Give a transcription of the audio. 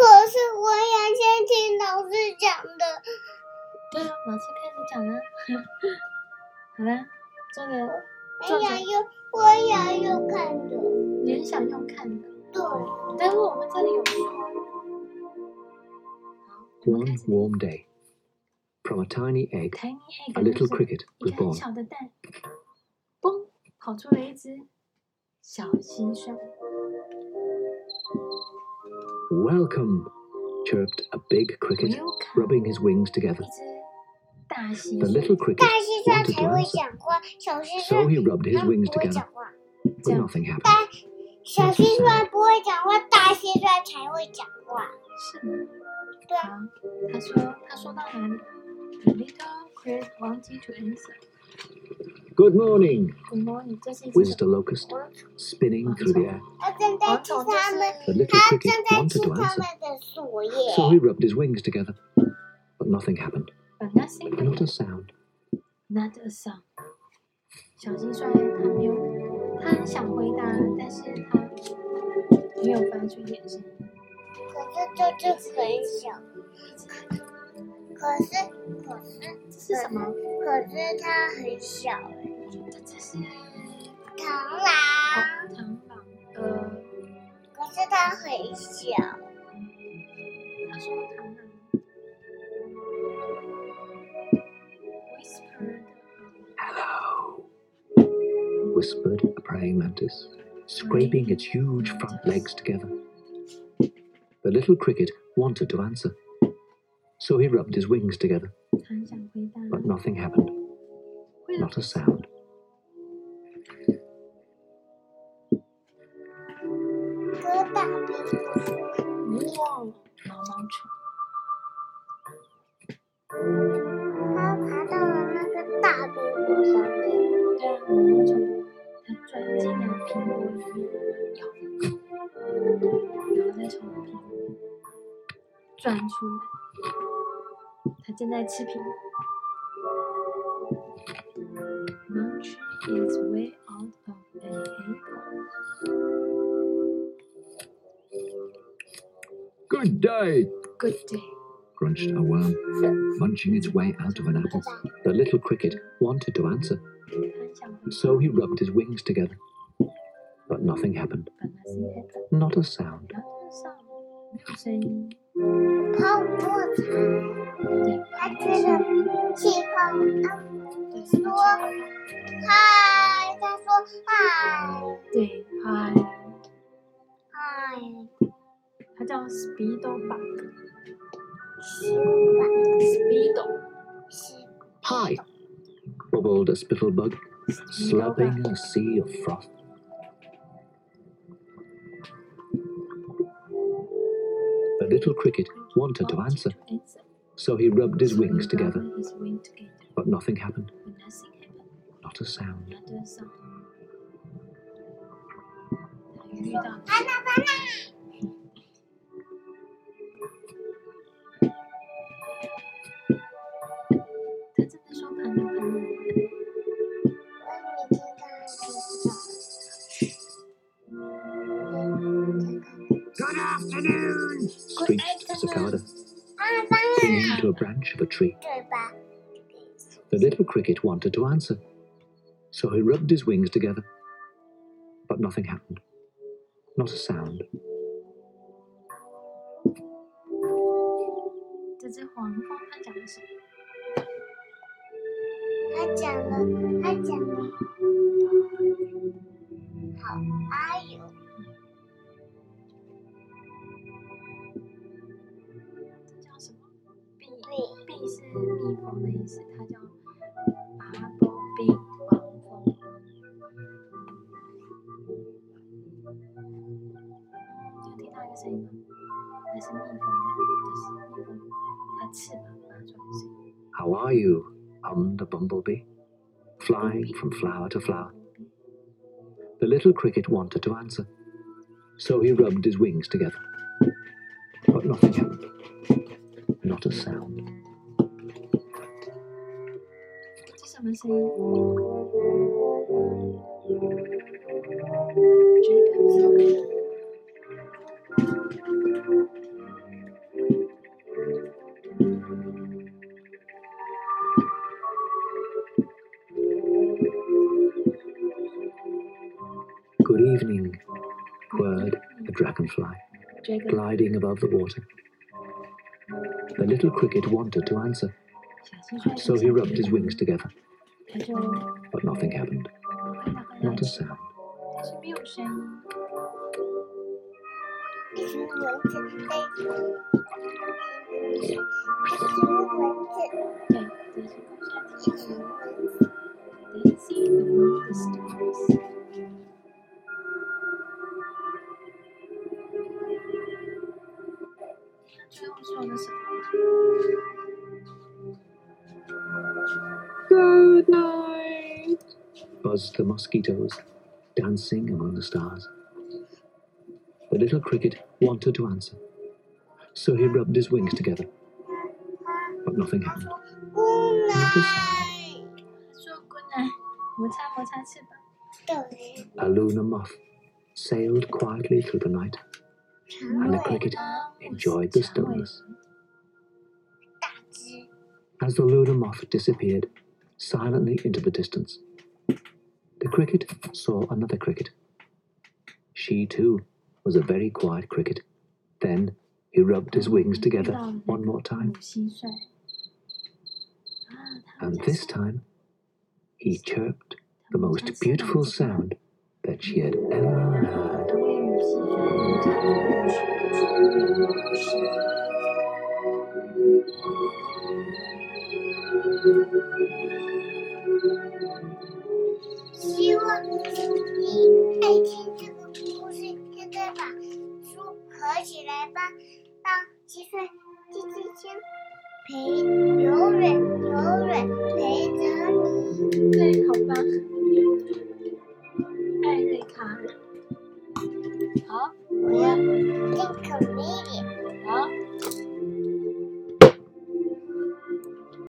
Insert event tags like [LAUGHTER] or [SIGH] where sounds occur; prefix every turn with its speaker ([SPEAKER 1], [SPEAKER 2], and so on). [SPEAKER 1] 我想先听老师讲的。
[SPEAKER 2] 对啊，老师开始讲了。 [LAUGHS] 好啦，这个作
[SPEAKER 1] 我
[SPEAKER 2] 者
[SPEAKER 1] 想用，我想用看的。
[SPEAKER 2] 你很想用看的，
[SPEAKER 1] 对，
[SPEAKER 2] 但是我们这里有说。好，我们开
[SPEAKER 3] One
[SPEAKER 2] 始。
[SPEAKER 3] warm day, from a tiny egg,
[SPEAKER 2] tiny
[SPEAKER 3] a
[SPEAKER 2] egg 就
[SPEAKER 3] little
[SPEAKER 2] 是
[SPEAKER 3] cricket
[SPEAKER 2] 一
[SPEAKER 3] was
[SPEAKER 2] 个很
[SPEAKER 3] born.
[SPEAKER 2] 小的蛋，嘣，跑出了一只小蟋蟀。
[SPEAKER 3] Welcome, chirped a big cricket,
[SPEAKER 2] Welcome，
[SPEAKER 3] rubbing his wings together.
[SPEAKER 2] 一只大蟋
[SPEAKER 3] The little
[SPEAKER 2] 蟀，
[SPEAKER 3] cricket
[SPEAKER 1] 大蟋蟀
[SPEAKER 3] wanted to
[SPEAKER 1] 才会
[SPEAKER 3] answer,
[SPEAKER 1] 讲话，小蟋
[SPEAKER 3] so
[SPEAKER 1] 蟀
[SPEAKER 3] he rubbed his
[SPEAKER 1] 它不
[SPEAKER 3] wings
[SPEAKER 1] 会
[SPEAKER 3] together,
[SPEAKER 1] 讲话。
[SPEAKER 3] but
[SPEAKER 2] Yeah.
[SPEAKER 3] nothing happened.
[SPEAKER 1] 大小蟋蟀不会讲话，大蟋蟀才会讲话。
[SPEAKER 2] 是吗？
[SPEAKER 1] 对啊，
[SPEAKER 2] 好，他说他说到哪里？The little cricket wanted to answer.
[SPEAKER 3] Good morning,
[SPEAKER 2] Good morning，这是一只
[SPEAKER 3] whizzed a locust,
[SPEAKER 2] 蝗
[SPEAKER 3] spinning through the air.
[SPEAKER 1] 它正在
[SPEAKER 2] 蝗
[SPEAKER 1] 吃
[SPEAKER 2] 虫就
[SPEAKER 1] 它们，
[SPEAKER 3] The
[SPEAKER 2] 是
[SPEAKER 3] little
[SPEAKER 1] 它正
[SPEAKER 3] cricket
[SPEAKER 1] 在
[SPEAKER 3] wanted
[SPEAKER 1] 吃
[SPEAKER 3] to
[SPEAKER 1] 它
[SPEAKER 3] answer,
[SPEAKER 1] 们的锁
[SPEAKER 3] so he
[SPEAKER 1] 叶。
[SPEAKER 3] rubbed his wings together, but nothing happened.
[SPEAKER 2] But nothing
[SPEAKER 3] Not a sound.
[SPEAKER 2] Not a song。小蟋蟀它没有，它很想回答，但是它没有发出一点声音。
[SPEAKER 1] 可是这只很小，可是可是
[SPEAKER 2] 这是什么？
[SPEAKER 1] 可是它很小欸
[SPEAKER 2] 这只是
[SPEAKER 1] 螳螂，
[SPEAKER 2] 螳螂。呃，
[SPEAKER 1] 可是它很小。
[SPEAKER 2] 他说螳螂。Whispered
[SPEAKER 3] Hello, whispered a praying mantis, scraping its huge front legs together. The little cricket wanted to answer, so he rubbed his wings together,
[SPEAKER 2] 呃他很想回答，
[SPEAKER 3] but nothing happened.
[SPEAKER 2] 为了
[SPEAKER 3] Not a sound.
[SPEAKER 1] Goodbye.
[SPEAKER 2] 哇，毛毛虫。
[SPEAKER 1] 它爬到了那个大苹果上面，
[SPEAKER 2] 对啊，毛毛虫，它钻进了苹果里面咬，然后再从苹果里钻出来。它正在吃苹果。Munch is way out of an apple.
[SPEAKER 3] Good day,
[SPEAKER 2] Good day.
[SPEAKER 3] grunched a worm, munching its way out of an apple. The little cricket wanted to answer,
[SPEAKER 2] 它很想回
[SPEAKER 3] so he rubbed his wings together, but nothing happened.
[SPEAKER 2] 本来是 apple，
[SPEAKER 3] Not a sound.
[SPEAKER 2] 然后上没有声音，
[SPEAKER 1] 泡沫糖，
[SPEAKER 2] 对，
[SPEAKER 1] 它吃了气泡糖，
[SPEAKER 2] 对，
[SPEAKER 1] 说嗨，它说嗨
[SPEAKER 2] 对，嗨，
[SPEAKER 1] 嗨，
[SPEAKER 2] 它叫 Speedo bug。
[SPEAKER 1] 西瓜
[SPEAKER 2] Speedo。
[SPEAKER 1] 西瓜
[SPEAKER 3] Hi, bubbled a spittlebug, slurping in a sea of froth. The little cricket wanted to answer, so he rubbed his wings together,
[SPEAKER 2] His wing together.
[SPEAKER 3] but nothing happened,
[SPEAKER 2] But nothing happened.
[SPEAKER 3] not a sound.
[SPEAKER 2] Not a sound. 他遇到
[SPEAKER 1] 巴拉巴拉。
[SPEAKER 2] 他正在说盘盘
[SPEAKER 1] 我已经看到了。
[SPEAKER 3] Good afternoon, screeched a cicada,
[SPEAKER 1] 啊，当然
[SPEAKER 3] clinging to a branch of a tree.
[SPEAKER 1] 对吧？
[SPEAKER 3] The little cricket wanted to answer, so he rubbed his wings together, but nothing happened, not a sound.
[SPEAKER 2] 这只黄蜂它讲的什么？
[SPEAKER 1] 他讲了，他讲了。好，阿友，
[SPEAKER 2] 这叫什么？壁
[SPEAKER 1] 对
[SPEAKER 2] 壁是蜜蜂的意思，它叫 bumblebee 黄蜂。你有听到一个声音吗？那是蜜蜂，就是蜜蜂，它翅膀发出来的声音。
[SPEAKER 3] How are you? hummed a bumblebee, flying from flower to flower. The little cricket wanted to answer, so he rubbed his wings together. But nothing happened, not a sound.
[SPEAKER 2] 这是什么声音？Jacob's
[SPEAKER 3] whirred a dragonfly,
[SPEAKER 2] dragon
[SPEAKER 3] gliding above the water. The little cricket wanted to answer,
[SPEAKER 2] 小蟋蟀
[SPEAKER 3] so he rubbed his wings together,
[SPEAKER 2] 它就快
[SPEAKER 3] but nothing happened.
[SPEAKER 2] 打开
[SPEAKER 3] Not a sound.
[SPEAKER 2] 但是没有声音。
[SPEAKER 1] 一只蚊子飞，一只蚊子，
[SPEAKER 2] 对，这是故事的
[SPEAKER 1] 一只蚊子。
[SPEAKER 2] Daisy among the stars.
[SPEAKER 4] Good night.
[SPEAKER 3] buzzed the mosquitoes, dancing among the stars. The little cricket wanted to answer, so he rubbed his wings together, but nothing happened.
[SPEAKER 1] Good
[SPEAKER 3] Not a sound.
[SPEAKER 1] night.
[SPEAKER 2] 说 good night，摩擦摩擦翅膀，
[SPEAKER 1] 等于
[SPEAKER 3] A lunar moth sailed quietly through the night,
[SPEAKER 1] 长
[SPEAKER 3] and the
[SPEAKER 1] 尾
[SPEAKER 3] cricket
[SPEAKER 2] 啊，我是
[SPEAKER 3] enjoyed the
[SPEAKER 2] 长尾
[SPEAKER 3] stillness.
[SPEAKER 1] 大只，
[SPEAKER 3] As the lunar moth disappeared silently into the distance, the cricket saw another cricket. She too was a very quiet cricket. Then he rubbed his wings together one more time.
[SPEAKER 2] 母蟋蟀。啊，它们
[SPEAKER 3] And
[SPEAKER 2] 在
[SPEAKER 3] this
[SPEAKER 2] 上
[SPEAKER 3] time, he chirped
[SPEAKER 2] 它
[SPEAKER 3] the
[SPEAKER 2] 们
[SPEAKER 3] most
[SPEAKER 2] 在上
[SPEAKER 3] beautiful
[SPEAKER 2] 面
[SPEAKER 3] sound that she had ever heard.
[SPEAKER 2] 为母蟋蟀唱的是生命的故事。
[SPEAKER 1] 希望你爱听这个故事，现在把书合起来吧，让蟋蟀叽叽声陪永远永远陪着你。
[SPEAKER 2] 对，好吧。艾瑞卡，好。
[SPEAKER 1] 我要 think of me。